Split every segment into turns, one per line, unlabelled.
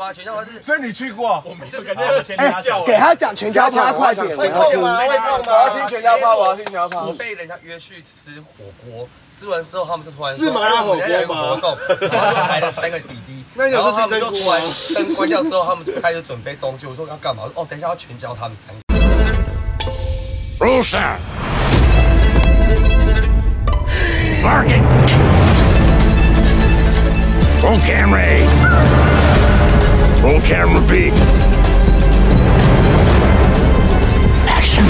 啊，全家花是哎
所以你去过？
我们就是要先跟他
啊
讲，
给他讲全家趴，快点！我
会
要
痛
听
吗？会痛吗？我要听全家趴，我要听全家趴。
我被人家约去吃火锅，吃完之后他们就突然哎
是麻辣火锅吗
人家有一个活动，然后就来了三个弟弟，
那你有
然
说
后
自己
他们就
在
突然灯关掉之后，他们就开始准备东西。我说要干嘛？我说哦，等一下要全教他们三个。
Rusa. Barking. Roll camera A. Roll camera B. Action.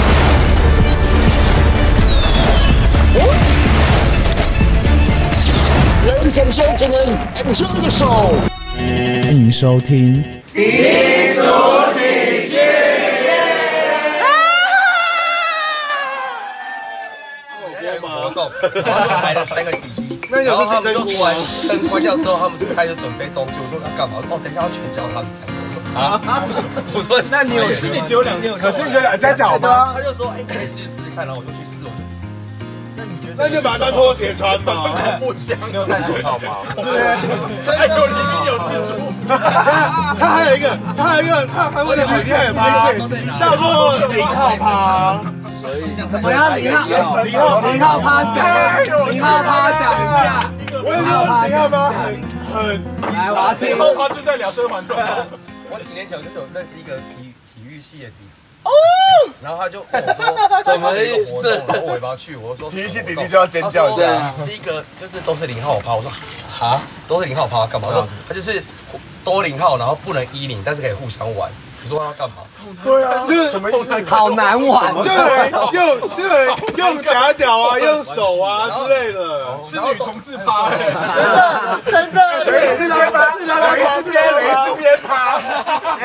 Ladies and gentlemen, enjoy the show.
欢迎收听。
人哎家有一个活动，然后就来了三个弟弟，
那你有
然
说
后
自
他
己在
们
哭
就突
吗
然灯关掉之后，他们就开始准备东西。我说要干嘛？我说哦，等一下要全教他们三个。我说啊，我说那你有
可是你只有两个，
可是你觉得两家脚吗？
他就说哎，你可以试试看，然后我就去试，我就
那就把穿拖鞋穿嘛。
不香，有
带手套吗？
哎有里面有蜘蛛，
他他还有一个，他还有一个，他还为了举电趴，叫做零号趴。
我要零号零
哎
号趴讲，零号趴讲一下，
我跟你说，零号趴很很
来，我要听
然。后他就在聊《甄嬛传》，
我几年前我就有认识一个体体育系的弟弟。哦，然后他就跟我说怎么一个活 动，然后我也不要去。我就说
体育系
什么活
弟
动
弟就要尖叫一下
他说是一个就是都是零号趴。我说哈，都是零号趴干嘛？他说他就是都零号，然后不能一零，但是可以互相玩。我说他要干嘛？
对啊，就是什么意思？
好难玩，啊
就有人用，就有人用夹脚啊，用手啊之类的。
是女同志趴，
真的，蕾丝边趴，是他蕾丝边，蕾丝边趴。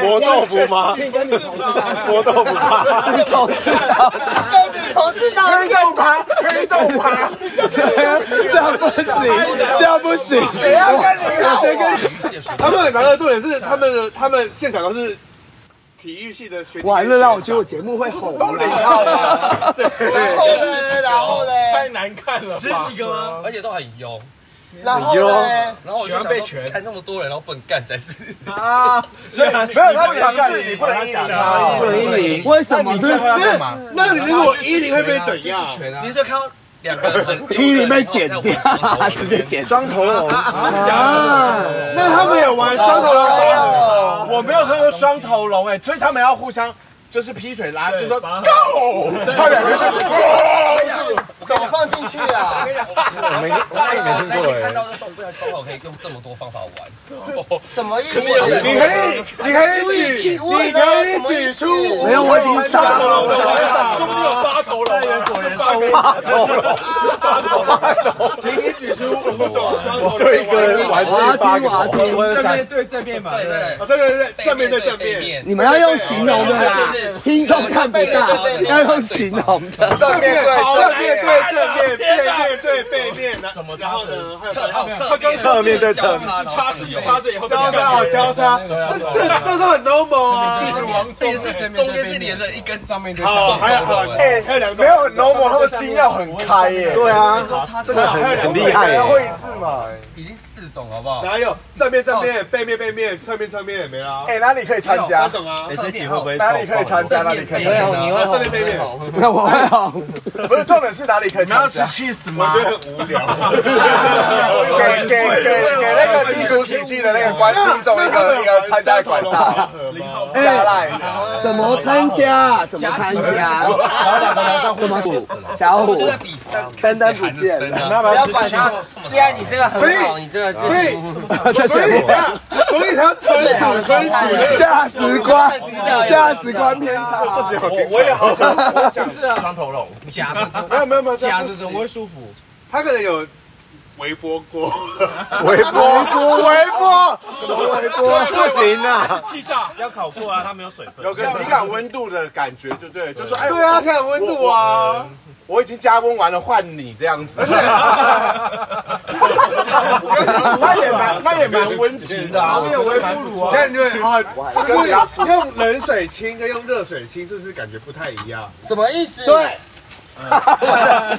磨豆腐吗？
跟你同事道
磨豆腐吗？
歉，同事
哦
道歉，
黑豆趴，黑豆趴，
这样不行，这样不行。
谁要跟你好？谁跟？
体育系的学弟
他们很难的重点是，他们的他们现场都是体育系的学弟，
完了啦，我觉得我节目会红。
都零号嘛。对，
然后嘞，
哎太难看了，十几个吗？
而且都很油。
然后嘞，
然后我就想说，看这么多人，然后不能干，实在是。
所以没有他想干，你不能讲他。
为什么？
最后要干嘛？那你如果一零会被怎样？
你就看到两个人很
一 零被剪掉，直接剪
双头龙，
啊！
那他们也玩双头龙吗？我没有看过双头龙哎，所以他们要互相就是劈腿拉，就说 go，他两个就
怎么放进去啊？
我没，我那天那天看到就说，不然烧烤可以用这么多方法玩。
什么意思？
你可以，你可以举，你可以举出
没有，我已经
双
傻
头
了。
龙的玩法
中间有八头龙，果然八头龙，八头龙，
请你举出五种双头龙。
就一个人玩
我要
这八
听，
个
我要
头。
听。
对正面嘛
对对
啊，对对对，
对，
正面对正
正
面，
你们要用形容的
啊
啦
对就是，
听众看不到，要用形容的。
正面对正面对正面，
天
背
哪
面对背面，然
怎么
然后呢？还有
侧
交
侧
侧面对侧面
插自己插，着以后再
叉交叉，这这这都很 normal 啊。
这也是中间是连着一根上面的。
好，还有好，哎，还有两个
没有很 normal，他们筋要很开耶。对
哎
啊，
这个还有两
很
个
厉害耶。
会一次嘛？
已经四种好不好？
哪有正面正面背面背面侧面侧面也没啦。
哎，哪里可以参
他
加？
懂啊？
哎这集会不会
哪里可以参加？哪里可以？
你
啊正面背面，
那我会红。
不是重点是哪里可以参加？
cheese 吗？我觉得很无聊。
给给给给那个低俗喜剧的那个观听众一个一个参加的管道。加赖，
怎么参加？怎么参加？怎么补？小虎
就在比 赛，看谁喊的声啊。
不要管他。既
啊
然你这个很好，你这个
所
就是
以所以
在节目，
他所以他推主跟主任。
价值观价值观偏差。
我我也好想，我想
双头龙，
夹着走
没有没有没有，这样不
怎
行
么会舒服？
他可能有微波锅，
微波微波，微波不行啊！
是气炸，
有个体感温度的感觉，对不对？就说哎，对啊，体感温度啊，我已经加温完了，换你这样子。那也蛮那也蛮温情的 啊，有微波炉啊。那你们啊，就是用冷水清跟用热水清，是不是感觉不太一样？
什么意思？嗯
对，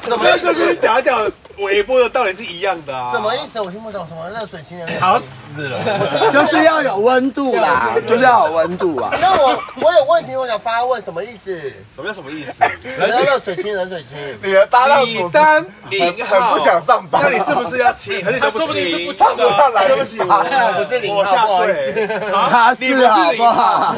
什么
那
意
就
思？
跟讲讲微波的道理是一样的啊。
什么意思？我听不懂什么热水清的。
好死死了。
就是要有温度啦，就是要有温度啊。
那我我有问题，我想发问，什么意思？
什么叫什么意思？
人家热水清，冷水清。
你的搭档
李丹林
很不想上班，
那你是不是要请？很久不请，
上不上来？对不起，
我不是零号，不好意思。
他是好不好？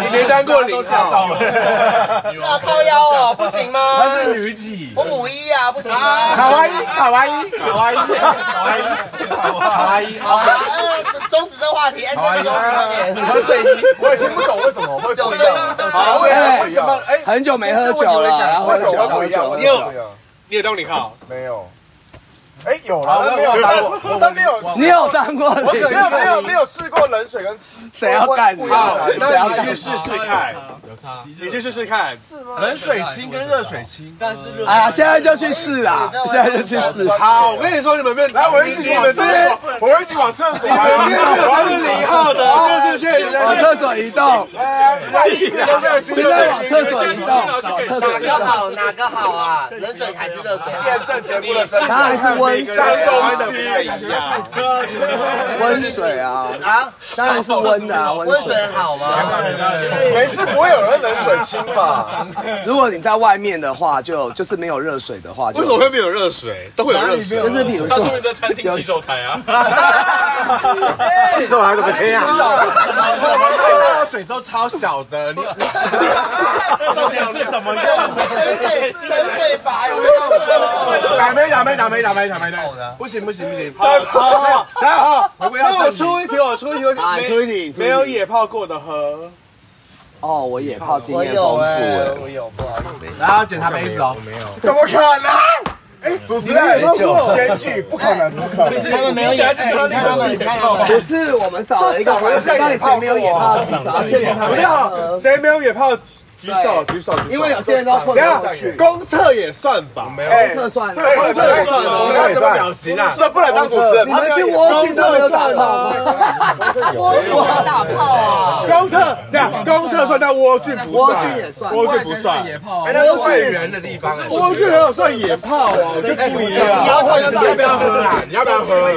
你没当过零号，
那靠腰哦，不行吗
她？是女体。
我母一啊，不行
卡
吗？
哇伊，卡哇伊，卡哇伊，卡哇伊，卡哇伊，
好吧，呃，终止这话题，哎，这是终止话题。
喝醉衣，
我也听不懂为什么会
九
不
岁
一样。，
好，
为为什么？哎，
很久没喝酒了，然后
为什
喝
么
酒
不
喝
一样？为
酒
你有
什么不一样
你有当零号？
没有？哎，有了，但没有当过，但没有，
你有当过
没有没有没有没有试过冷水跟
谁要干你？
好
谁要
那你
干
去？试试看，你去试试看，冷水清跟热水清。
哎呀，现在就去试啊！现在就去试。
好，我跟你说，你们没有，来，我一起，你们这些，
我会去往厕所。
你们这些没有当过零号的，就是现在
往
哦
厕所移动，现在往厕所移动，往厕所
哪
移
个
动。
好？哪个好啊？冷水还是热水？
验证节目的真
它还是温
山
水，
东西一样。
温水啊，
啊，
当然是温的啊，温
温
水。
水好吗？
没事，不会有人冷水清吧？
如果你在外面的话，就就是没有热水的话，就
为什么会没有热水？都会有热水。
就是比如
他说
说
你在餐厅洗手台啊，
这种还怎么听啊？
那个水都超小的，你你
神水神水法有没有？
打没打没打没打没打没的，不行不行不行，好，好，来好，回归到我出一题，我出一题，
啊，你
我
推理
没有野泡过的喝，
哦，我也泡经
我
验
有
丰富
哎
哎，，
我有，不好意思。
然后检查杯子哦，没有，
怎么可能？哎，主持人有没有过检举？不可能，不可能。
他们没有演，哎，你看他们，你看他们。
不是我们少了一个环节，到底谁没有野泡啊的至少要确定他
不
们
要，谁没有野泡举手举手，
因为有些人都混
等下
不过去，
公厕也算吧，没有
哎，
测算
这个
公厕算
我们
哦，你要
什
什
么
么
表
表
情
情
啊
啊？？
这不能当主持人，
你们去窝去厕有打炮吗？
我打炮啊！
公厕，对啊，公厕算，但窝去不
窝
算，
去也算，
窝去不算，
哎，那是外援的地方。啊
窝去有算野泡哦，就不一
你
样。
要不要喝啊？
你要不要喝？
啊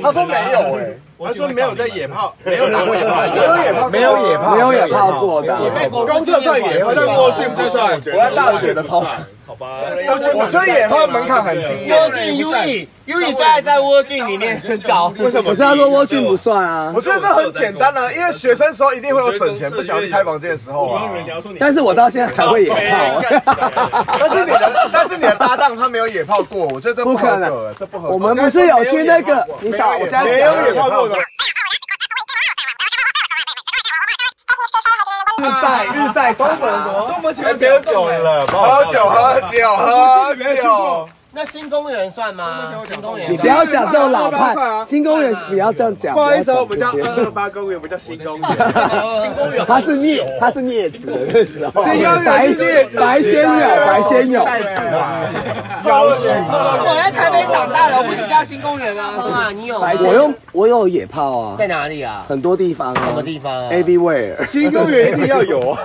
他说没有哎，
他说没有在野炮，没有打过野炮，
没有野泡，没有野泡
没有野泡过的，
在国
公厕算野炮，但窝去不算。我觉得
我在大学的操场。好吧，我觉得野炮门槛很低啊耶。
蜗菌 U E U E 在在蜗菌里面搞，
为什么？
不是他说窝菌不算啊，
我觉得这很简单啊，因为学生时候一定会有省钱不想要去开房间的时候啊。
但是我啊到现在还会野泡，
但是你的，但是你的搭档他没有野炮过，我觉得这不合格，这不合格。
我们不是有去那个，你少，我现在
没有野炮过的，
日晒日晒场啊，
哎，别有酒了，
喝酒喝哎酒喝酒，
那新公园算吗？新公园
你不要讲这种老派，新公园不要这样讲，
不好意思哦，我
不
们
要
叫
讲这
二
些
二八公园，不叫新公园。
他是孽，他是孽子的那时候，
新公园
白
是孽子
白仙女，白仙女，
要死！
我在台北长大的，我不是叫新公园吗？妈妈，你有吗？
我用我有野泡啊，
在哪里啊？
很多地方啊，
什么地方啊？
？Everywhere，
新公园一定要 有，啊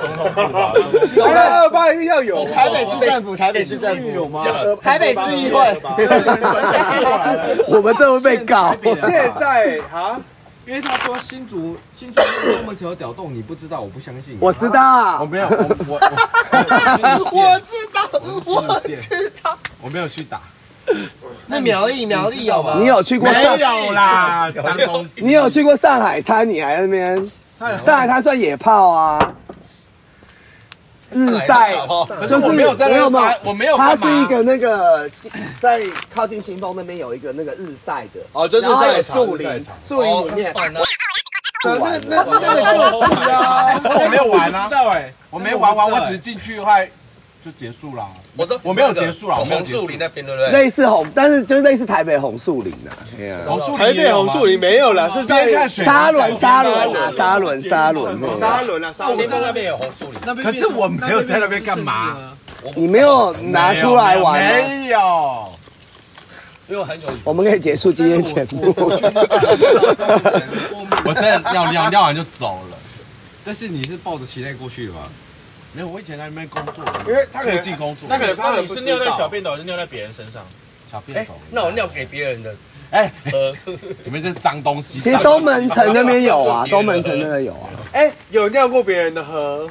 二二八一定要有。啊
台北市政府，台北市政府有吗？台北市议 会。
啊我们这会被告。
现在 啊，
因为他说新竹新竹那么喜欢屌动，你不知道，我不相信。
我知道，我没有，
我知道，我知道。
我没有去打，
那苗栗，苗栗有吗？
你有去过上，
有啊啦，当公司。
你有去过上海滩，你还在那边，上海滩算野炮啊，日晒。就是
没有在那
没有
边
没有
打，我没有干
它
嘛
是一个那个在靠近新丰那边有一个那个日晒的，
哦，就是
然后还有
在
树林，树林里
哦
面
那那那个就是啊，我没有玩啊
知，道哎，
我没玩完，我只是进去后来就结束了。
我知道
我没有结束啦我没有
红
结束
树林那边对不对？
类似红，但是就是类似台北红树林啊的、
台北红树林没有啦，是边哦看水
沙轮沙轮啊，沙轮沙轮那个，
沙轮啊，沙
金山那
轮。
边也有红树林，
那边
可是我没有在那边干嘛？哎
你没有拿出来玩吗？
没有。
因为我很久以前
我们可以结束今天节目。
我真的要尿尿完就走了。
但是你是抱着期待过去的吧？
没有，我以前在那边工作，
因为他可
他可以
能
进工作，
那你是尿在小便斗，还是尿在别人身上？
小便斗。
那我尿给别人的，
哎，你们这脏东西。
其实东门城那边有啊，东门城那个有啊。
哎，有尿过别人的河，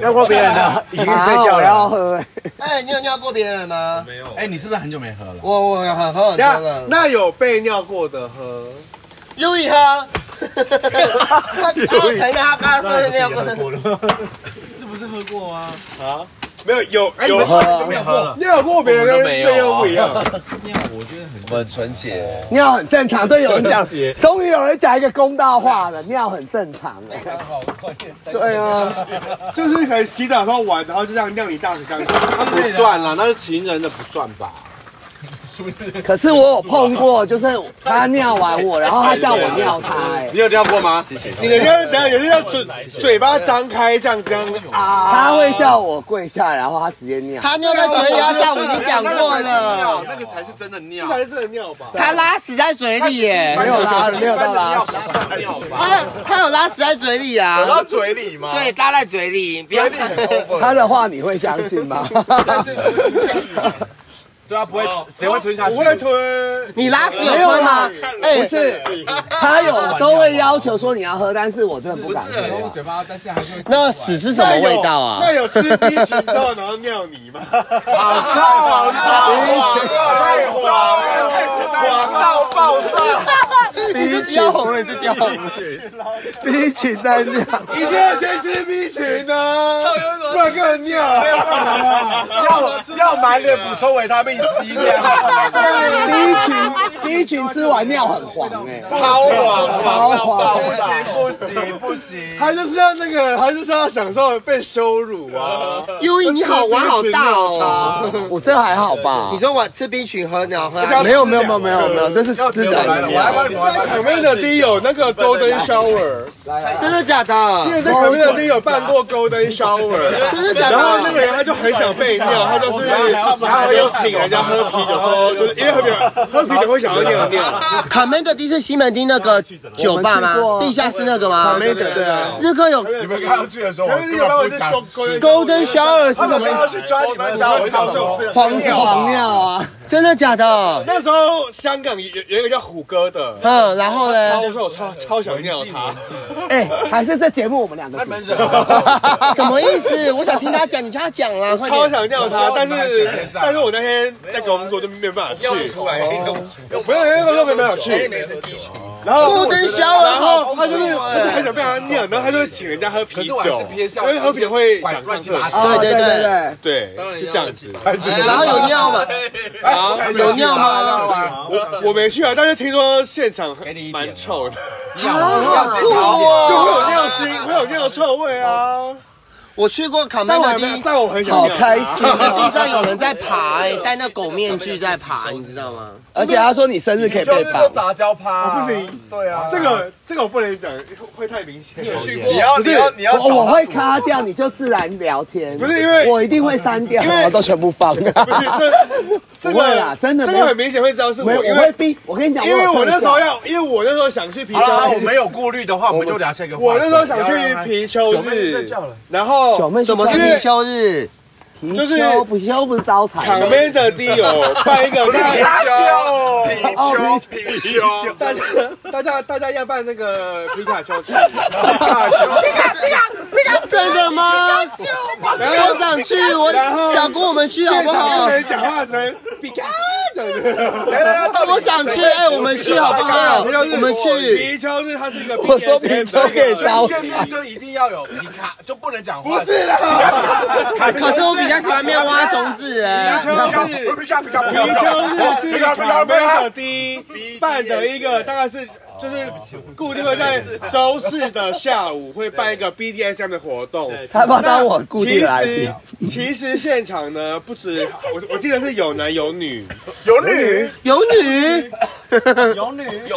要过别人的，已经睡觉
我
了。
要喝欸。
哎，你有尿过别人吗？
没有。哎，你是不是很久没喝了？
我我很喝很
那
多了。
那有被尿过的喝，
路 易喝，他他承认他刚刚说的尿过的。
啊没有有有喝没喝？尿过别人跟没有不一样。
尿很正常，对有人讲，终于有人讲一个公道话了，尿很正常欸。对啊，
就是可能洗澡的时候玩，然后就这样尿你大水箱，那不算啦，那是情人的不算吧？
可是我有碰过，就是他尿完我，然后他叫我尿他、欸，
你有尿过吗？谢谢。你的尿是怎样？也是要嘴嘴巴张开这样子这样啊？
他会叫我跪下，然后他直接尿。
他尿在嘴里，他下午已经讲过
啊
了。
那个才是真的尿，
还是真的尿吧？
他拉屎在嘴里耶，
没有拉，没有到拉屎。
算尿吧？
他他有拉屎在嘴里
然后
啊。
嘴里吗？
对，拉在嘴里，不要看。
他的话你会相信吗？
对啊，不会，谁会吞下去？不会吞。
你拉屎有吞吗？哎，
不是，他有都会要求说你要喝，但是我真的不敢喝啊。
那屎是什么味道啊
那？有吃冰淇淋之后然后尿你吗？好笑
好
太
太
黄
黄
了
了，黄到爆炸！
哎你自己要红了，你自己要红。
一群在尿，
一定要先吃冰淇淋呢，不然更尿。 要要满脸补充维他命 C
第一群第一群吃完尿很黄哎、
超黄，
超
黄到
黄
爆
欸。
炸！
不行不行，他就是要那个，他就是要享受被羞辱啊！
优一，你好玩 好大哦。
我这还好吧
你？说我吃冰群喝鸟喝，
没有没有没有没有没有，这是吃的
来
饮
我来
料。
帮你，在可妹的 D 有那个 Golden Shower，
哎真的假的？
在可妹的 D 有办过 Golden Shower。
真的假
然后那个
的？
人他就很想被尿，他就是他会有请人家喝啤酒，说就是因为喝啤酒喝啤酒会想要尿 尿，
卡门的地是西门町那个酒吧吗
我们去过？啊
地下室那个吗？
没得对啊，
这个有
你们看上去的时候，我
因为那个帮我
根
是
本不
Golden
Golden Shower 是什
我
么
要？去抓你们小丑。
黄
黄
酒？
尿啊！
真的假的？
那时候香港有有一个叫虎哥的，
嗯，然后呢？
超瘦，超超想尿他。
哎，还是这节目我们两个主持。
什么意思？我想听他讲，你叫他讲啦，快
超
点。
想尿他，但是但是我那天在工作就没有办法去，
尿不出来，尿不出来。
没有没有没有办法
哦哎，你
去。
没事，必须。
然后
不登小
然后
耳
他就是他就很想被他尿，然后他就请人家喝啤酒，因为喝啤酒会想上厕所。
啊
哦
对对
对
对
对，
对，就这样子。
然后有尿吗？
啊，
有尿吗？
我我没去啊，但是听说现场蛮臭的，
好酷
就会有
哦！
尿腥，会有尿臭味啊。
我去过卡
但
门
我还
的
没有
地，，
但我很想
好
尿。
开心。哦
地上有人在爬，哎，戴那狗面具在爬，你知道吗？
而且他说你生日可以被绑，
杂交趴，
不行，
对啊，
这个这个我不能讲，会太明显。
去
你
过？
要你要你要
我我
找
会卡掉，你就自然聊天。
不是因为
我一定会删掉，
因为
然后都全部放。
不是这这
不会啦
个
真的
这
没有
个很明显会知道是我，
没有，
因
我会
为
逼。我跟你讲，
因为我那时候
有特效
要，因为我那时候想去皮
好了，好
丘
了我没有顾虑的话，我们就聊下一个话题。
我那时候想去皮丘
九妹去
日
睡觉了，
然后
九妹
什么是貔貅日？
貔
就是
貅，貔貅不是招财
卡
吗？
梅的 D 有办一个哦大
丘，皮丘，皮丘，
大家大家大家要办那个皮卡丘日，
真的吗？我想去，我想跟我们去好不好
有？人讲话成皮卡这样子。
我想去，哎，我们去好不好？我们去。
皮丘日，它是一个
我说貔貅可以招
见面就一定要有皮卡，就不能讲话。
不是啦，
可是我比较喜欢面挖种子，哎，
皮丘日。
皮卡皮卡
皮丘日是卡梅的 D 办的一个，大概是就是固定会在周四的下午会办一个 BDSM 的活动。
他把当我固
其
定来宾
实。其实现场呢不止我我记得是有男有女，
有女，
有女，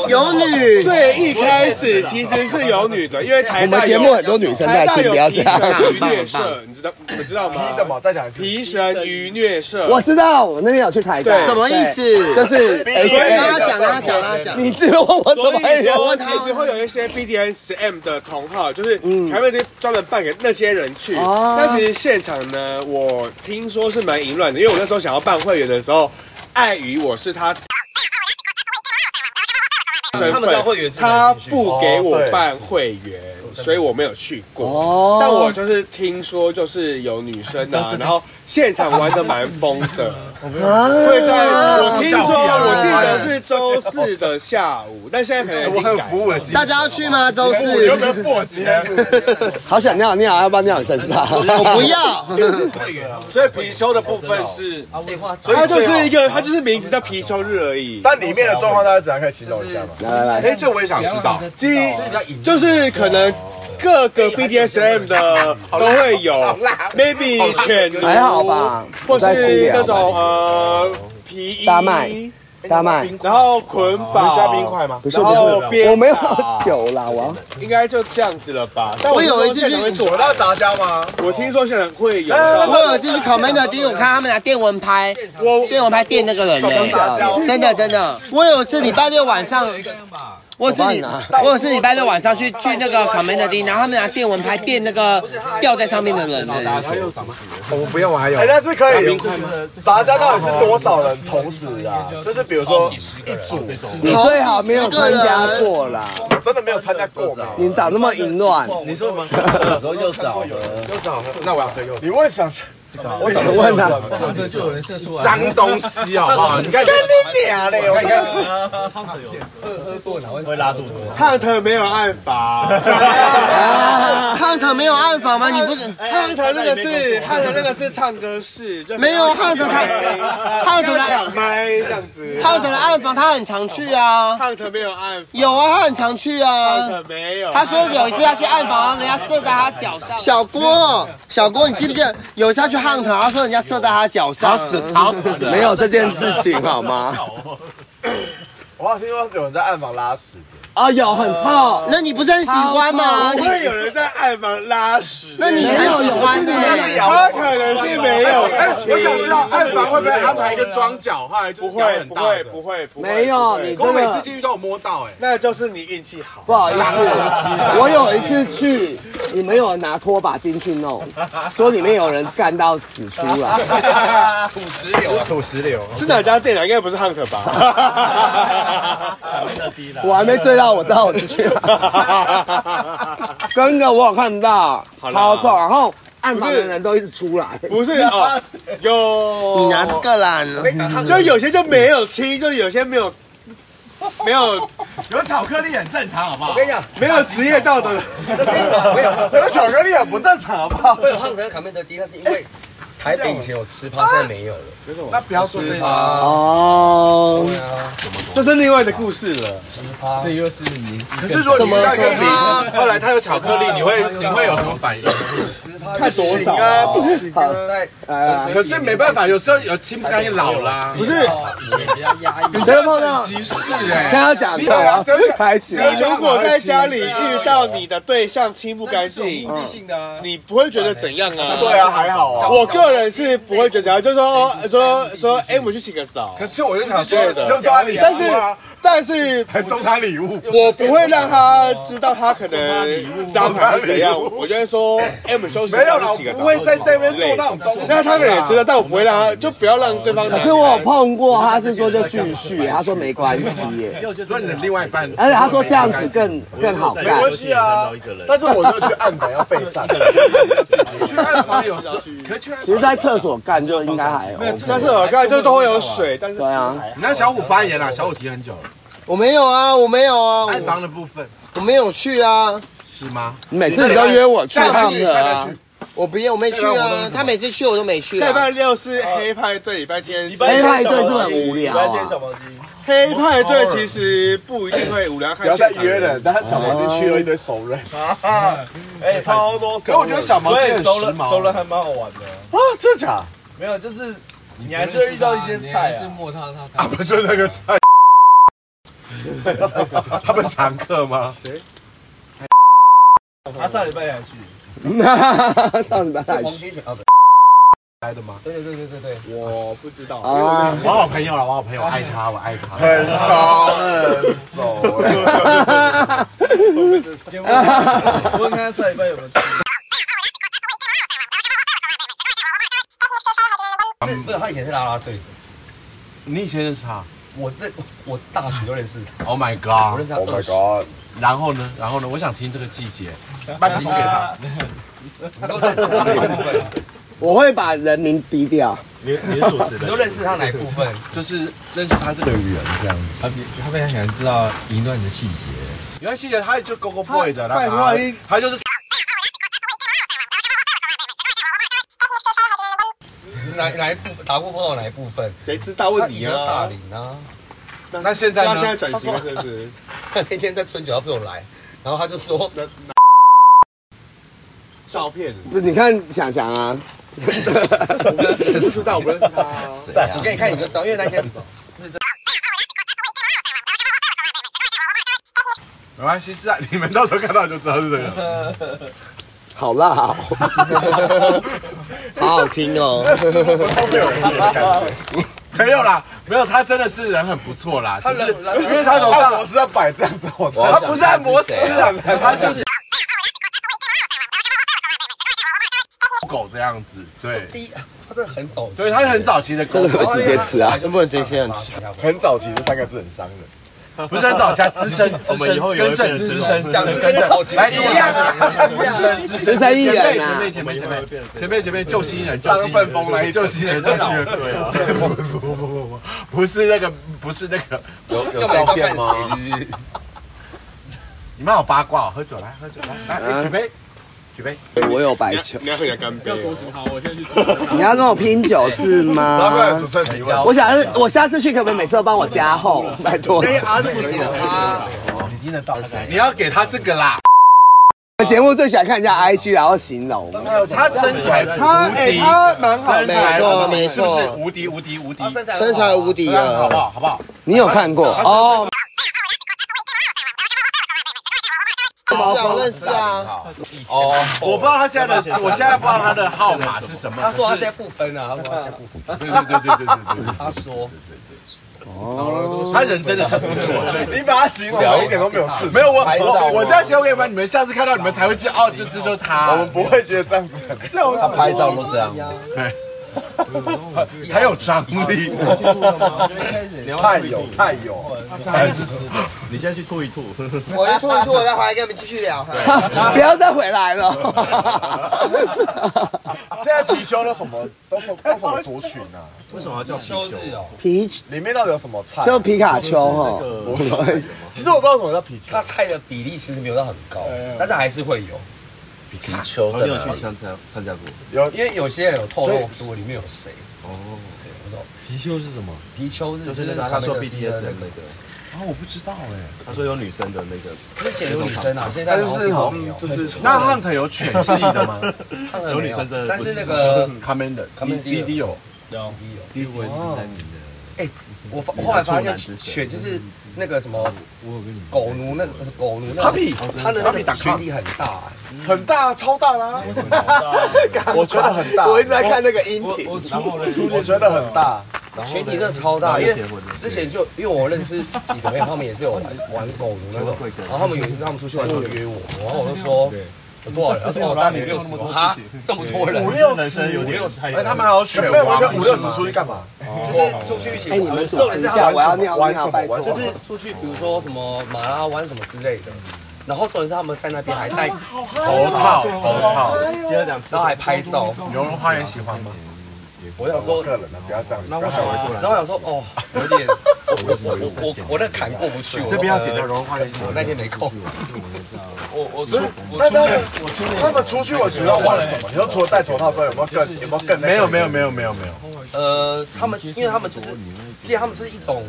有女，
最一开始其实是啊有女的，因为台
我
大
们节目很多女生在听，不要这样。
娱乐社，你知道你们知道吗？
皮什么？再讲一次。
皮神娱乐社，
我知道，我那天有去台大。
对
什么意思？
对？就是
所以
让他
S
讲，让他讲，让他讲。
你知道我什
所
么
以
意思？
说，其实会有一些 BDSM 的同好，就是台湾那些专门办给那些人去。
嗯哦
那其实现场呢，我听说是蛮淫乱的，因为我那时候想要办会员的时候，碍于我是他身
他们知道会员
份，
制
他
进去
不给我办会员，所以我没有去过。
哦
但我就是听说，就是有女生 啊，然后现场玩的蛮疯的，会在我听说，我记得是周四的下午，但现在可能我很服务了，
大家要去吗？周四
有没有破钱？
好想尿尿，要不要尿你身上？
我不要，
所以貔貅的部分是，
废话，
所以
他就是一个，他就是名字叫貔貅日而已。
但里面的状况大家怎样可以形容一下吗？
来来来，
哎，这我也想知道。
第一就是可能各个 BDSM 的都会有，maybe 犬奴
还好吧
或
我再吃一
是
点
那种呃皮衣哎
大麦大麦，
然后捆绑
加冰块吗？
不是
然
不
后
是，
边
我没有 酒啦，我要
应该就这样子了吧？但
我以为
听说现场会
这是
做
我要杂交吗？
我听说现场会有，
我有进去 Commander 店，我看他们拿电蚊拍，
我
电蚊拍电那个人
杂
嘞，
交。
真的真的。我有次礼拜六晚上，我有次礼
我帮你
我有次礼拜六晚上去去那个 Commander 店，然后他们拿电蚊拍电那个吊在上面的人嘞。
哎，但是可以杂交到底是多少人同时啊？就是比如说一组，
你最好没有参加过啦，
我真的没有参加过嘛。
你长那么淫乱，
你说吗？然后又少了，
那我要喝柚。你问想，我怎么
问他
这就有人射出来。
脏东西好不好？你看，跟你俩嘞，我真的是。
会拉肚子。
汉特没有案法，
汉特没有暗访吗？你不是
汉特那个是汉特那个是唱歌室，就
没有汉特他汉特
他
他
抢麦这样子，
汉特的暗访他很常去啊，
汉特没有案法，
有啊，他很常去啊
汉。特没有。
他说有一次他去暗访，人家射在他脚上。小郭，小郭，你记不记得有一次他去 hunt，他说人家射在他脚上，
吵死了，没有这件事情好吗？
我好像听说有人在暗访拉屎，
啊，有很臭，
那你不是很喜欢吗？
不
你
会有人在暗房拉屎，
那你很喜欢呢、
他可能是没有。
我想知道暗房会不会安排一个装脚，后来就
不
是脚
会
很
不
大的
会不会不会，
没有，你
可我
真
每次
的
进去都有摸到，哎，
那就是你运气好。
不 好意思，我有一次去，你们有拿拖把进去弄，说里面有人干到死出来，
土石流啊，
土石 流。
是哪家店啊？应该不是 Hunt 吧？
我还没追到，我知道我是去 哪，真的我有看到，
好啦
超臭，然后暗房的人都一直出来，
不是哦，有
你拿个啦，
我跟你讲，他
就有些就没有亲，就有些没有没有
有巧克力很正常，好不
我
好？
跟你讲，
没有职业道德。
那是因为我跟你讲，
有巧克力很不正常，好不
啊
好？
会有汉德卡梅德低，那是因为台北以前有吃趴，现在没有 了。
那不要说这个，
哦，
这是另外的故事了。
这又是年纪
可是如果你遇到一个
什么
零，后来他有巧克力，你会 你会有什么反应？
看多哎少
啊，不行啊。
在
可是没办法，有时候有心不甘情老啦。
不是，
啊
真的碰到，
歧视哎
现在要讲
你
错，我要
想想
开始了，
你如果在家里遇到你的对象清不干净，
性的啊，
你不会觉得怎样啊？
嗯对啊，还好啊。
我个人是不会觉得怎样，就是说说说，哎，我们去洗个澡。
可是我就想
对
说，
的
就送他礼物
但是
啊，
但是
还送他礼物，
我不会让他知道他可能伤还是怎样，我就会说，哎，我们休息一
没有
下，
啦，
去
我
洗个
不
澡
会。在那边做那种东西。
那他们也知道，但我不会让他，就不要让对方拿。
可是我有碰过，他是说就继续，他说没关系耶，
所以你的另外一半，
而且他说这样子更更好
没
干。
关系啊。但是我就去暗房要备战。去暗房 有时可去暗
其实，在厕所干就应该还 OK。
但是我看就都会有水，但是
对啊，
你让小虎发言啦，小虎提很久了。
我没有啊，我没有啊，
暗
我
房的部分
我没有去啊，
是吗？
你每次你都约我去他们的啊，
我不要，我没去啊。他每次去我都没去
下礼
啊。
拜六是黑派对，礼拜天是
黑派对是不是很无聊啊。
黑派对其实不一定会无聊，看
不要
现
再
场
约了，。但他小毛巾去了一堆熟人。
哎，超多。
可我觉得小毛巾很时髦
了还蛮好玩的。
啊，真假？
没有，就是你还是会遇到一些菜啊。
啊，不就那个菜？他不是常客吗？
他上礼拜才去，
上礼拜还
黄
去
金犬啊，
来的吗？
对对对对对对，
我不知道，
啊，
我好朋友了，我好朋友，爱他，我爱他。
很少很哎
先问问问看他上礼拜有没有去。
是不是他以前是啦啦队的，
你以前认识他
我认我大学就认识他，
？Oh my god！
我认识他 Oh my god
然后呢？然后呢？我想听这个季节，
把礼物给他。
我会把人民逼掉。
你你是主持人 你都认识他哪一
部分？
就是认识他这个人这样子。
他比他非常喜欢知道一段的细节。
原来细节他就 Go Go Boy 的，
拜
然
托
后他
你
他就是
哪哪一部打过炮的哪一部分？
谁知道问你啊
大龄啊。
那现在呢
他
他现在转型了是不
是？
他那天在春酒，他朋友来，然后他就说，
照片
这你看想想啊，
我不认识，不知道，我不认识他啊。
我给你看你就知道，因为那天是真。
没关系，自然你们到时候看到就知道是这个。
好辣哦，
好好听哦。
没有啦，没有，他真的是人很不错啦，只是
人
因为他从
按
上
摩
是要摆这样子，我
我要
他不是按摩师啊
想，看
他
他是谁啊
就是狗这样子，对，
第一，他真的很抖，
所以他是很早期的狗，
啊
这不能直接很吃。
很早期这三个字很伤人，不是很早期，他啊资 深，资深
我们以后有
资深
一个人
资深，
讲
资
资深
深
的好奇
来
一
一
样
样
啊
啊，
一
资
样啊
深资
资深艺人啊
前辈前辈前辈前辈前辈前辈救新人，救新人，救新人，救新人，对啊，不不不不不，不是那个，不是那个，有
有照片吗？
你们好八卦哦，喝酒来，喝酒来，来
嗯
举杯，举杯，
我有白球。
你要回来干杯。啊
你要跟我拼酒是
然后
吗
主？持人提问
我想，我下次去可不可以每次都帮我加厚？拜托。
你听得到，你要给他这个啦。
我节目最喜欢看人家 IG，然后形容。
他身材
他
无
哎
敌，
他蛮好
身材
没错
无敌
没错
是不是无敌无敌无敌？
身材无敌啊
好不好？好不好？
你有看过哦？
认识啊，我认识啊。
哦，我不知道他现在的，我现在不知道他的号码是什么。
他说他
可
现在
是
不分啊，他说他现在不分。
对对对对对对对
他说，
哦，他人真的是不错，
你把他形容得一点都没有事
没有我
拍照
我我这样形容给你们，你们下次看到你们才会知道，哦，这这就是他。我们不会觉得这 样子很笑
他拍照都这样。
对，很有张力。
太有太有，
还有是吃的，
你现在去吐一吐。
我一吐一吐，我再回来跟你们继续聊。
哦 不要再回来了。
现在貔貅都什么都什都什么族群啊？
为什么要叫貔貅？
皮
里面到底有什么菜？
就皮卡丘哈
不是那个。其实我不知道什么叫皮
他菜的比例其实没有到很高，但是还是会有。
皮卡丘
在
你
哪里
有去参加参加过？
有，因为有些人有透露多里面有谁。哦，对，我知道。
貔貅是什么？
皮丘
就是
那
那
个
个
他
他
们
说
的
BTS 的那个，
啊，我不知道哎。
他说有女生的那个，
之前有女生啊现在好像
但是好
没有
像就是
那 Hunt 有犬系 的吗？
看了
有
没
女生真的，
但是那个
Commander
Commander
DCD 有
有
第一位是三名的，
哎，我发我后来发现犬就是那个什么狗奴，那个是狗奴，那个
Puppy
它的那个
Puppy.com
权力很大，欸
很大，超大啦！ 我觉得很大。
我一直在看那个音
频，我
哦
觉得很大。
群体真的超大，因为
然后就结婚了
之前就因为我认识几个朋友，他们也是有玩玩狗奴那种，然后他们有一次他们出去玩就约我，然后我就说。有多少人？他说哦，大概五六十哦，哈，这么多人，
五六十
五六十，
哎他们还有选没有没有五六十出去干嘛？
就是出去一起玩。
哎你们
重点是他们
玩什么玩什么玩什么
就是出去，比如说什么马拉湾什么之类的。然后重点是他们在那边还戴
头套头套，
接了两次
然后还拍照。
牛绒花园喜欢吗？
我想说，
个人的，不要这样。那我
然后我想说，哦，有点，我我我我我那坎过不去。我呃
这边要剪掉绒花园喜
我那天没空。
我我出那他们他们出去，我觉得玩什么？你说除了戴头套之外，有没有更有没有更？
没有没有没有没有没有，
呃，他们因为他们就是，其实他们是一种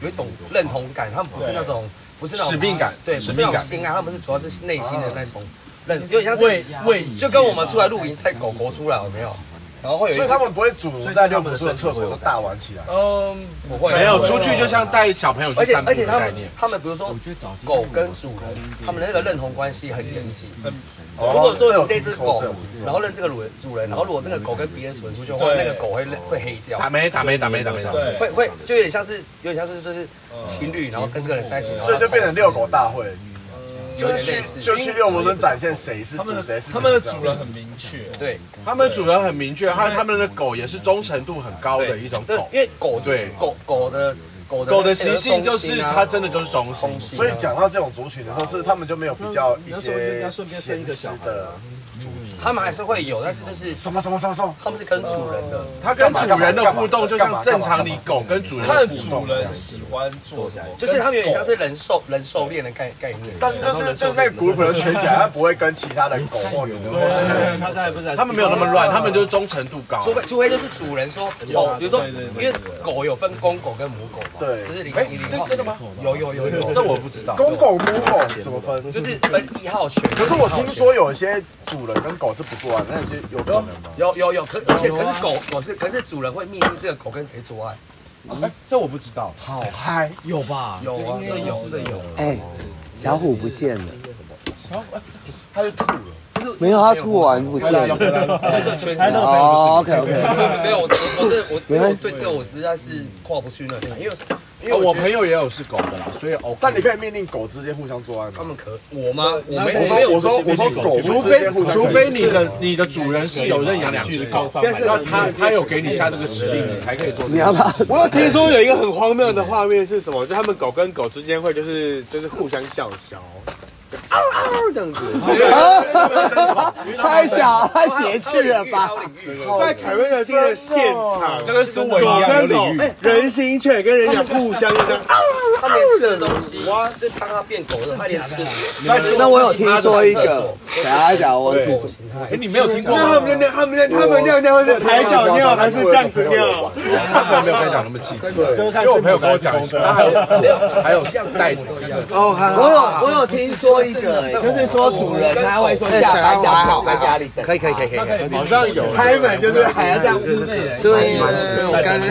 有一种认同感，他们不是那种不是那种
使命感
对，
使
不是那
命
种
感
心爱，他们是主要是内心的那种认，有点像是
为为
就跟我们出来露营带狗狗出来有没有？然后会有一
所
种
以他们不会主在六本树的厕所都大玩起来。
嗯不会
没有出去就像带小朋友
而且
去散步
而且
的
他
概
们
念。
他们比如说狗跟主人，他们那个认同关系很严谨。
嗯
哦
如果说你
这
这
有听
只
说
狗
这有听，说
然后认这个主人主人，然后如果那个狗跟别的主人出去的话，
对
那个狗会会黑掉。
打没打没打没打没打没，
会会就
嗯
有点像是有点像是就是情侣，然后跟这个人在一起，然后
所以就变成遛狗大会。就去就去六摩村展现谁是主谁是
他们的主人很明确，
对，
他们的主人很明确，还有他们的狗也是忠诚度很高的一种
对
狗，
因为狗
对
狗狗的狗的
狗的习性就
那
是
个东西啊
它真的就是忠心，
所以讲到这种族群的时候，是他们就没有比较一些闲适的主题。
他们还是会有，但是就是
嗯
什
么什么什么什么，
他们是跟主人的，
它跟主人的互动就像正常你狗跟主人的
看
互
主
动
人喜欢做什么，
就是他们有点像是人兽人兽恋的概概念。
但是就是就是那个 group 的圈起来，他不会跟其他的狗或女的或者
他在不是
他们没有那么乱，他们就是忠诚度高。
除非除非就是主人 说
啊
狗，比如说因为狗有分公狗跟母狗嘛，
对
就是你
哎
你
这真的吗？
有有有有，
这我不知道，
公狗母狗怎么分？
就是分一号犬。
可是我听说有些主人跟狗是不做爱，那是有可能吗？
有有有，可而且
啊
可是狗狗是可是主人会命令这个狗跟谁做爱，
嗯
这我不知道。
好嗨！
有吧？
有啊，这有这有，
哎，小虎不见了，
他就吐了，
没有他吐完不见了。
在这个圈子啊。
哦，OK OK，
没有，我我我是我，
没
因
关系
为我对这个我实在是跨不去那里，因为因为
哦我
我觉得
朋友也有是狗的啦，所以哦，
但你可以命令狗之间互相做爱
他
吗？
们可我吗？我没
我
我
哦
没
说
有
我说我说狗
除
之
非
间互相
除非你的你的主人是有认养两只狗，然后他他有给你下这个指令，你才可以做这个事情。
你要不要？
我有听说有一个很荒谬的画面是什么？就他们狗跟狗之间会就是就是互相叫嚣，嗷嗷这样子。
太小，太邪气了吧？
领域，
在凯瑞的这个现场，这
跟苏伟一样有领域，
人形犬跟人家互相这样，
哎
他连吃的东西，就当他变狗了，他连吃。
哎
那我有听说一个，等一下讲我有听说
哎，你没有听过
那他
吗？
们尿他们尿他们尿尿会是抬脚尿还是这样子尿？
他可能没有跟你讲那么细致，
对，
因为我朋友跟我讲，他还有还有带
哦，还
我有我有听说一个、哎就是说主人他会说下班下狗在家里等，
可以可以可以可以，
好像有
开门就是还要这样屋内人，
对呀，我刚才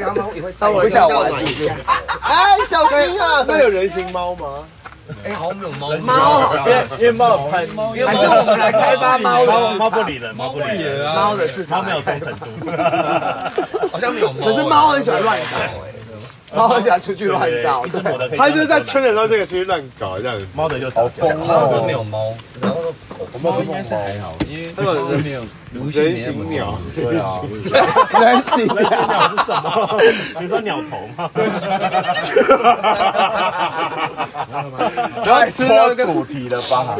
然后也会
那我
想
想
玩
玩一下，哎，小心啊！
那有人形猫吗？
哎，好像没有猫
猫好
因为因为猫有拍，猫
还是我们来开发猫的市
猫不
场，
理人，猫不理人
猫的市
它
场
没有忠诚度。
好像没有
啊
猫。
可是猫很喜欢乱搞哎、猫很喜欢出去乱搞，
一直磨的可以。
他就是在圈的时候这个出去乱搞这样子。
猫的就找家。
哦
好像没有猫，然后
他有人形鸟，
人形
那些鸟是什么？你说鸟头吗？
然后吃到
太 主题了吧？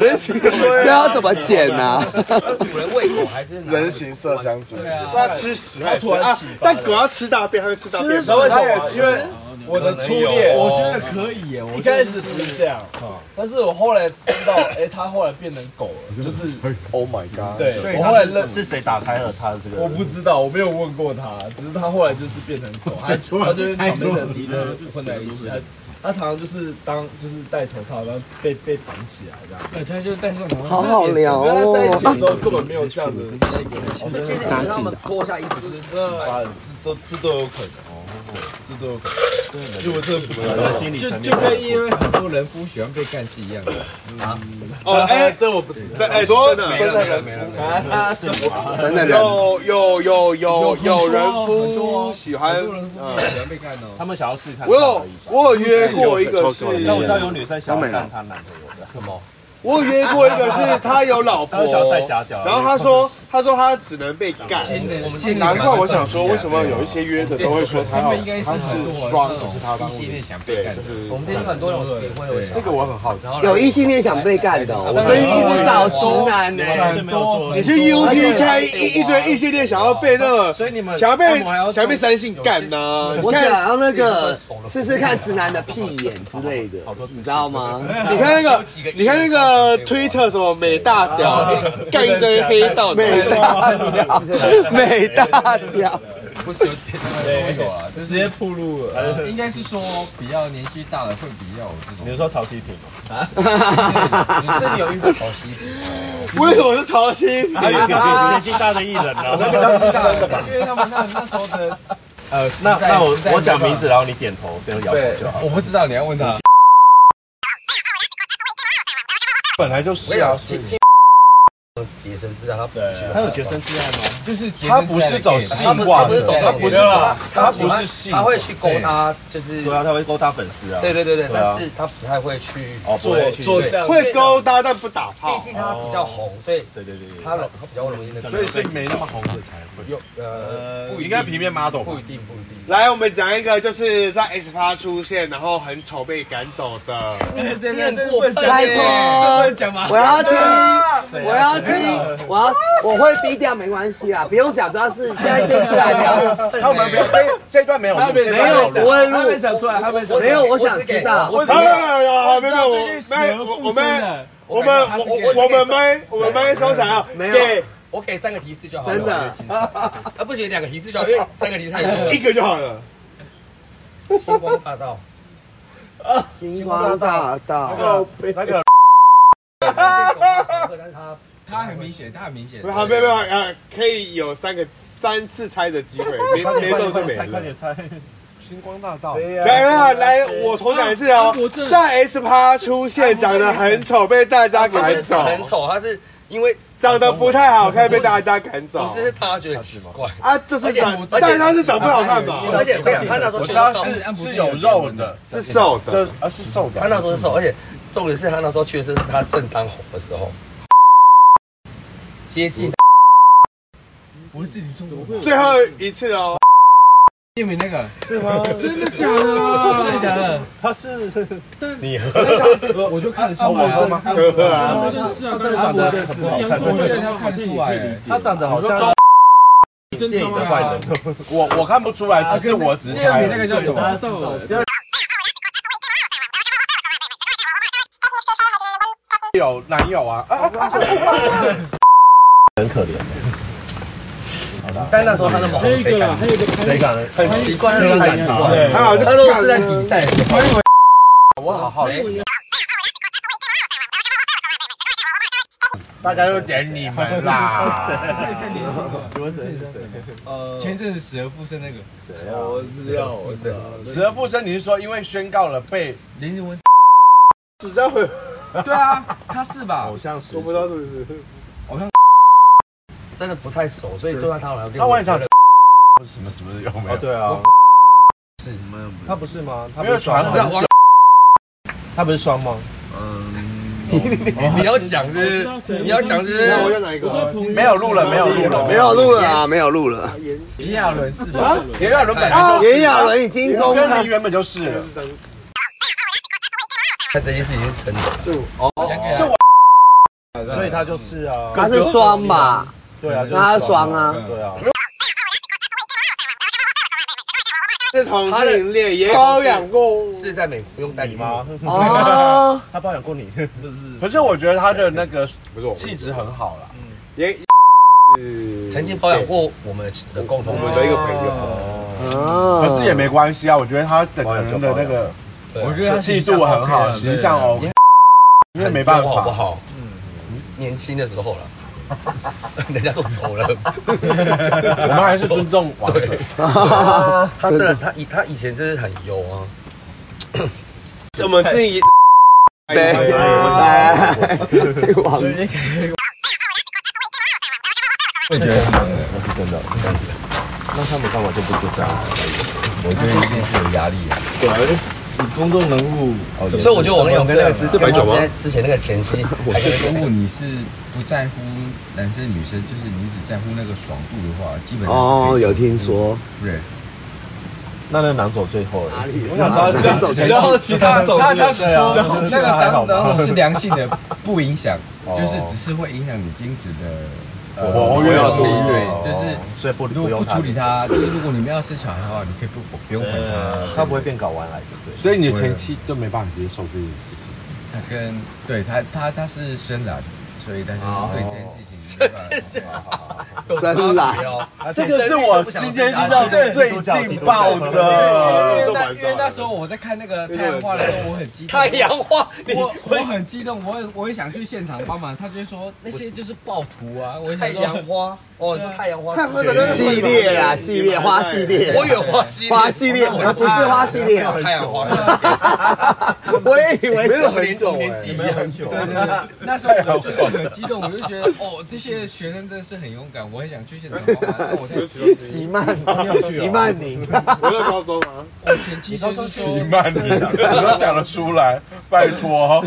人形
这要怎么剪呢、啊？
呃
主人喂狗还是
人形麝香猪，
啊
它吃屎还是啊？但狗要吃大便，它会吃大便。
它也因为我的初恋，
哦
我觉得可以耶。一开始不是这样，但是我后来知道，哎，它后来变成狗了，就是
Oh my god！
对我后来认是谁打开了它的这个？我不知道，我没有问过他，只是他后来就是变成狗，他他就是常被人敌人混在一起，他他常常就是当就是戴头套，然后被被绑起来这样。对，他就戴上头
好好聊
跟他在一
哦
起。的时候根本没有这样的性格，
其实让他们脱下衣服，
啊，这都这都有可能，这都有可能，因为我真的不知道，心理就就跟因为很多人不喜欢被干系一样的
哦，哎，
这我不知道。
这哎，说真的，
没了没了没了，什么？
真的人
有有有有有啊人夫喜欢，嗯，
喜欢被干哦。他们想要试探
我有我有约过一个是，
有女生想要干她男朋友的，什么？
我有约过一个是他有老婆，然后他说他说他只能被干，
我们先
难怪我想说，为什么有一些约的都会说他要他
啊
是双，不是他当
异性恋想被
对，
干
就，是
我们这边很多人有结婚有
这个我很好奇。
有异性恋想被干的、哦，我最近一直找直男呢、
很多
你去 UTK 一一堆异性恋想要被那个，
所以你们
想要被想要被三性干呐，你
我
看
想要那个试试看直男的屁眼之类的，你知道吗？
你看那个，你看那个推特什么美大屌干一堆黑道的，
美大屌，美大屌，
不是有几
直接铺路了。呃应该是说比较年纪大的会比较有这种。比如啊说曹希平，
你是你有遇过潮汐？
为什么是潮汐？
还有年纪年纪大的艺人了，那比较资深的吧？ 因为他们那那时候的。呃，那那我我讲名字，然后你点头，不用摇头就好。我不知道你要问他，
本来就是啊，
亲亲洁身自爱，他不去
他有洁身自爱吗？
就是
洁身自爱的 gay 他不是走性
他不是
化
他
的
不是走
对
他
没
不是
有啦
他
他不是
喜
性
欢他会去勾搭，就是
对啊，他会勾搭粉丝啊。
对对对对，
啊
但是他不太会去
哦不会去对
会勾搭但不打炮，
毕竟他比较红，所以
对对对，
他容他比较容易那个，
所以是没那么红的才会
有呃，不一定
应该平面 model 吧
不一定不一 定。
来，我们讲一个就是在 S 趴出现，然后很丑被赶走的。
你很过分耶，
拜托，我要听，我要
听。
听，我要我会逼掉，没关系啦，不用讲，主要是现在就是来聊。
那我们不要这这一段没有录，
没
这一段
有，
录
不会录。
出来，他没
讲出来没有我想知道
我
我
没
只
有
给
有没有
我
我
只
没
给
有
我
我们我
没有
们
他是给
我我们麦我们麦收起来啊，
没有
给
我给三个提示就好了，
真的
啊不行，两个提示就好，因为三个提示太多了。
一个就好了。
星光大道，
星光大道，
那个
他很明显，他很明显。
好，没有没有啊，可以有三个三次猜的机会， 没没中就没了。
猜，
星光大道。
来啊，来，我重讲一次哦，在 S 趴出现，长得很丑，被大
他
家
不
赶
是
走，
很丑，他是因为
长得不太好看，被大家赶走。
不是他觉得很奇怪
啊，这是长，
而且
但他是长不好看吧？
而且我想他那时候
我知道是是有肉的，
是瘦的，
这啊是瘦的。
他那时候是瘦，而且重点是他那时候确实是他正当红的时候，接近
不是你中国
最后一次哦，
叶明那个是
吗
真的假的啊？真的假的？
他是
你
我就看得出来啊
我喝吗
他真的
喝啊
是啊，
他真的长得
是
很不好看
我觉得他看得出来，
他长得好像
真
电
的
影的
吗
坏人。 我我看不出来，
啊
只是我只
叶
猜
明那个叫什么？
有男友啊，啊啊很可怜。
但那时候他那么红，谁敢？
谁敢？
很奇怪，那个很奇怪。
对
他都是在比赛的时候，
我好好奇，
大家就点你们啦。
前阵子死而复生那个谁
啊我知道我知道
死而复生，你是说因为宣告了被林志文
死在回？
对啊，他是吧？
好像是，
我不知道是不是。
好像
真的不太熟，所以就算他来，
那我很想，什么什么有没有？对啊，
是
他不是吗？他
没有传
知道王
他不是双嗯吗？
你要讲是，你要讲是，
我要哪一个？
没有录了，没有录了，
没有录了啊，没有录了。
炎亚纶是
啊
吧？
炎亚纶本来就是
炎亚纶已经公开
跟林原本就是了。
那这件事情是真的。
哦，
是我，
所以他就是啊，
他是双吧？
对啊，
那他是双啊，
对啊。
是同
他
性
的
恋，也包养过。
是在美国用代理吗？
哦，
他包养过你，不是？
可是我觉得他的那个气质很好啦。
也
曾经包养过我们的共同
我们的一个朋友，
哦
可是也没关系啊，我觉得他整个人的那个，
我
气度很好，形象哦，因为没办法，嗯
好不好？年轻的时候了。 人家都走了，
我们还是尊重王者。
他真的，他以他以前就是很油啊，
我们自己
对， 来，这个网
我觉得我是真的，那他们干嘛就不知道？我觉得一定是有压力。
对啊，你公众人物，
所以我觉得王力宏跟那个之
这白
跟他
酒
之
吗？
前之前那个前妻，
我
还
觉
跟那个
得如果 你是不在乎男生女生，就是你只在乎那个爽度的话，基本上是
哦，
可以
有听说，
对。
那那男走最后了，
我
我想知道这样子，然后其他
他
走
他他只说那个长
得
短是良性的，不影 响，就是只是会影响你精子的呃
活跃度
对，就是
所以不
如
不
果
用
哦不
他
处理它，就是如果你们要生小孩的话，你可以不不用管它。
呃
他不会变睾丸来的，对。
所以你的前妻就没办法接受这件事情。
他跟对他他他是深蓝，所以他就是对这件事情没办 法。
真来
这个是我今天遇到最劲爆
因为
的。
那因为那时候我在看那个太阳花的时候，我很激动。
太阳花， 你
我我很激动，我也我也想去现场帮忙。他就会说那些就是暴徒啊，我也
太
想
阳
说
花，哦，你说太阳花，
系列啦，系列花系列，
我以为花系列
花系列，啊不是花系列，
太阳花，
我也以为
没
是
有很懂，年纪一样，
对对对，那时候我就是很激动，我就觉得哦，
这些学生真的是很勇敢，我很想去现场帮忙。哦
席曼，席曼宁，
我在高中啊，
我前期就是
奇曼你都讲得出来，拜托。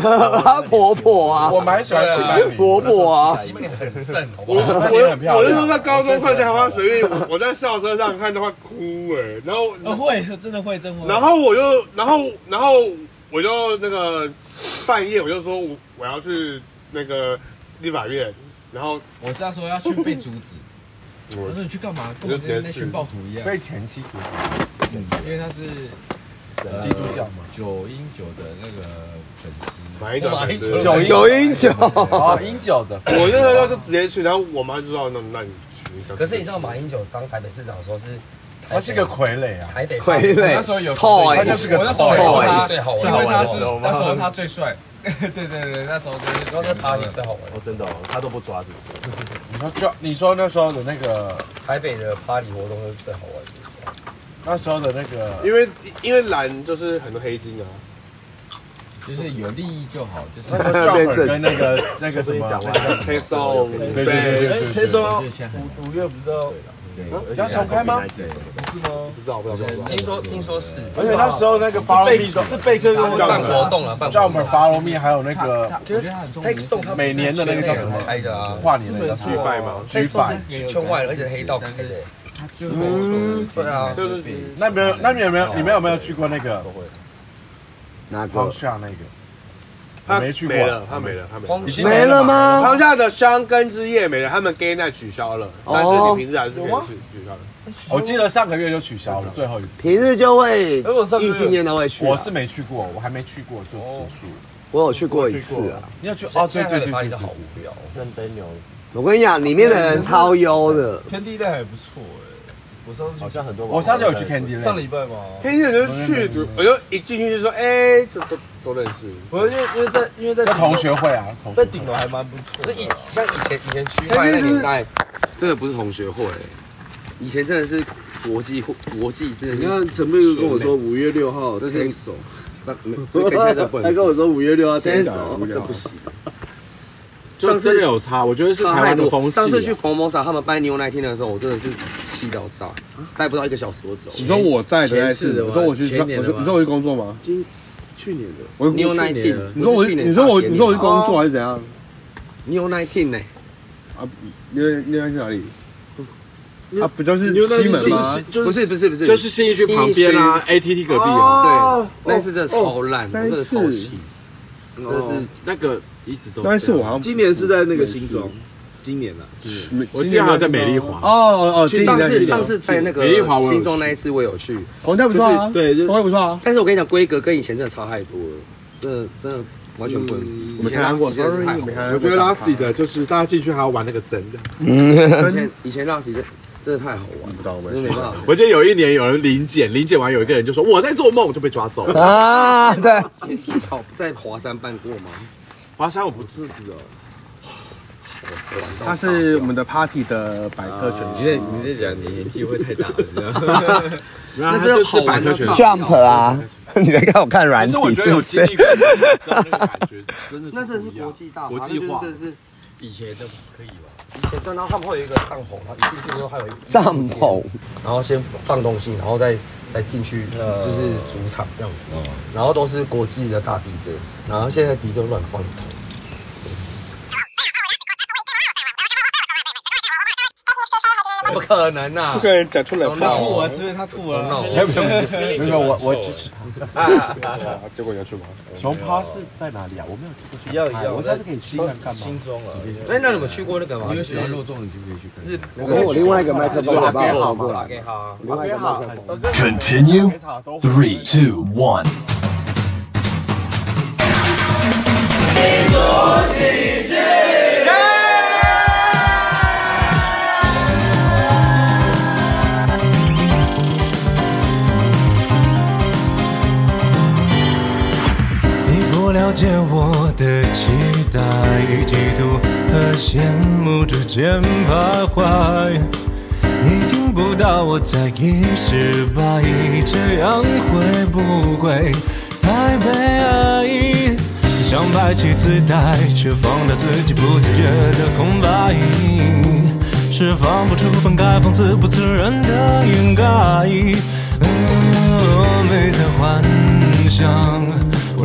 婆婆啊，
我蛮喜欢奇曼你，
婆婆啊，
席曼宁很正，好不
我
好？
很漂亮
我我那时 候在高中看《台湾随便》，我在校车上看都快哭哎、然后
呃会，真的会，真会。
然后我就，然后，然后我就那个半夜我就说我我要去那个立法院，然后
我是那时候要去被阻止，我说你去干嘛？跟我那那群暴徒一样。
被前妻阻止，
嗯因为他是呃
基督教嘛，
九英九的那个粉丝，
买一种
马英九
我
九英九，
哦，英九的，
那时候就直接去，然后我妈就说那那你去。
可是你知道马英九当台北市长的时候是
他是个傀儡啊，
台北
傀
我
儡，
那时候有
套
我
哎
那时候我那时候
套
有
哎
他
最好玩
因为他是
最好
那时候他最帅， 对对对，那时候真的是
然后在 party 最好玩，
哦，真的哦，他都不抓是不是？
你说就你说那时候的那个，
台北的 party 活动是最好玩的。
那时候的那个，
因为因为蓝就是很多黑金啊，
就是有利益就好， 就是
那时候 Jumper 跟那个那个什么，
黑手
对对对对对，
听说
对现在很
五五月不知道
对，
要重开吗？
对，
是吗？
不知道不知道不知道。
听说听说是
而且那时候那个 Follow
贝
Me
是贝克跟我
办
讲
活
的，
动了，办活动。
Jumper Follow Me，还有那个
可是 Text 动他
每年的那个叫什么
开的啊？
跨年的那个
巨拜吗？
举办
是圈外的，而且黑道开的。
嗯，
对啊，
就是
那边有那边有没有？你们有没有去过那个
哪个
当？下那个？
他
我没去过，
没了，他没了，他没了。
已经
没了吗？
当下的香根之夜没了，他们 gay night 取消了，但是你平时还是可以去取消的。
我记得上个月就取消了最后一次。
平日就会
哎我上，个月
异性恋都会去啊。
我是没去过，我还没去过就结束了。
我有去过一次啊。
你要去哦？对
现在
对
的
对
party
对
都
对
好，无聊。
认真牛，
我跟你讲，里面的人超优的。
天地一带还不错哎，我上
好
次
像很多网
我
红在。
上次有去 Candy
上
Land，
礼拜嘛，
天蝎就去，我就一进去就说，哎，都都都认识。
我因为因为在因为在
在同学会啊，同
在
学会
顶楼还蛮不错的
那以，像以前以前区块那年代，
真哎的不是同学会，以前真的是国际会国际，真的
你
是
看陈佩茹跟我说五月六号，
这是一手，那没这跟现在不
他
能
跟我说五月六号，
现在
无
这
聊
不。 行。
就真的有差，我觉得是台湾的风气啊。
上次去佛摩萨他们办牛奶天的时候，我真的是气到炸，待不到一个小时我走。
你说我在的那一
前
次，
次的吧
你说我去
前
上，
年
我
的
说
吧
你说我去工作吗？
去年的
我
牛奶
去年
天
了，
你说我
不是去年
你说我
大前年
你说我去工作还是怎样？
牛奶天呢？
啊，牛牛奶去哪里？啊，不就是西门吗？
不是不是不是，
就是新义区旁边啊，ATT 隔壁啊，
对，那一次真的超烂，我
那一
真的
次
超气，真的
哦
是
那个一直都。
那一次我好像
今年是在那个新庄，今年啊，
嗯没
我记得还有在美丽华，
哦哦，今
上
年
次
在
上次在那个
美丽华我有去
新庄那一次我有去，
哦，那不错啊，
对，就
哦，那不错啊。
但是我跟你讲，规格跟以前真的差太多了，真的真的完全
嗯
不能比。以前拉屎真的是太好了，
我觉得拉屎的就是大家进去还要玩那个灯的。
以前以前拉屎真真的太好玩了，真的没办法。
我记得有一年有人临检，临检完有一个人就说我在做梦，就被抓走了。
啊，对，
你去考在华山办过吗？哦
华山我不知道，
哦他是我们的 party 的百科全
这
啊
书，
你这讲你年纪会太大了你知道吗，
没有他就是百科全书。
Jump 啊！你在看我看软
但是我
体
觉得
是
有
不
经
是？
历过，你知道那个感觉真的 是
那真的
不一
是
样
国际大，
国际化
那就是真的是
以前的可以吧？以前对，然后他们会有一个帐篷，然后一进去之后还有一个
帐篷，
然后先放东西，然后再再进去，就是主场这样子。然后都是国际的大 DJ，然后现在 DJ 乱放一通。怎么可能呐、啊？
个人讲出来
他吐我，对，他吐
那
了。
我
没有没有，我我支持他。
哎
结果你要去吗？
熊趴是在哪里啊？我没有去过
一样一
熊趴，
样，
我下次可以去看看吗？
新庄啊，
哎，那你们去过那个吗？
因为
就
喜
是
欢肉粽，你就可以去看。
日
我跟我另外一个麦克风，我把我收过
打
来。
给他啊，
另外一个麦克风，
Continue three two one。
你不了解我的期待与嫉妒和羡慕之间徘徊，你听不到我在意失败，这样会不会太悲哀？想摆起姿态，却放大自己不自觉的空白，释放不出分开，放肆不自然的掩盖。嗯，没在幻想，我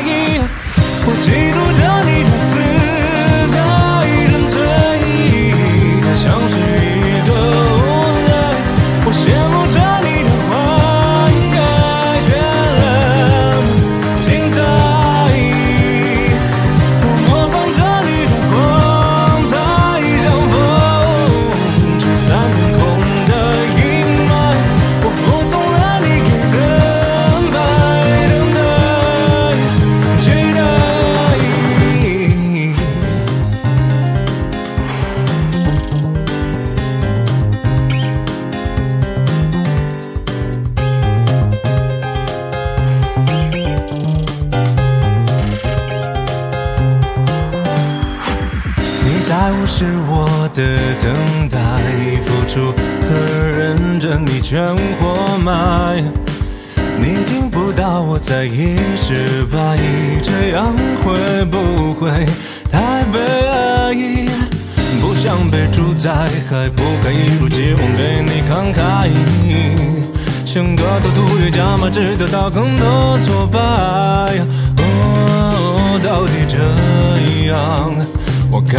意？我嫉妒着你的自在沉醉，它像是一个无赖，我羡慕着你的花开绚烂精彩，我模仿着你的光彩，像风吹散空的阴霾，我服从了你给的安排，等待，期待。你在无视我的等待，付出和认真你全活埋。你听不到我在一直怀疑，这样会不会太悲哀？不想被主宰，还不敢一如既往对你慷慨。像个赌徒越加码，只得到更多挫败。哦，到底这样？我该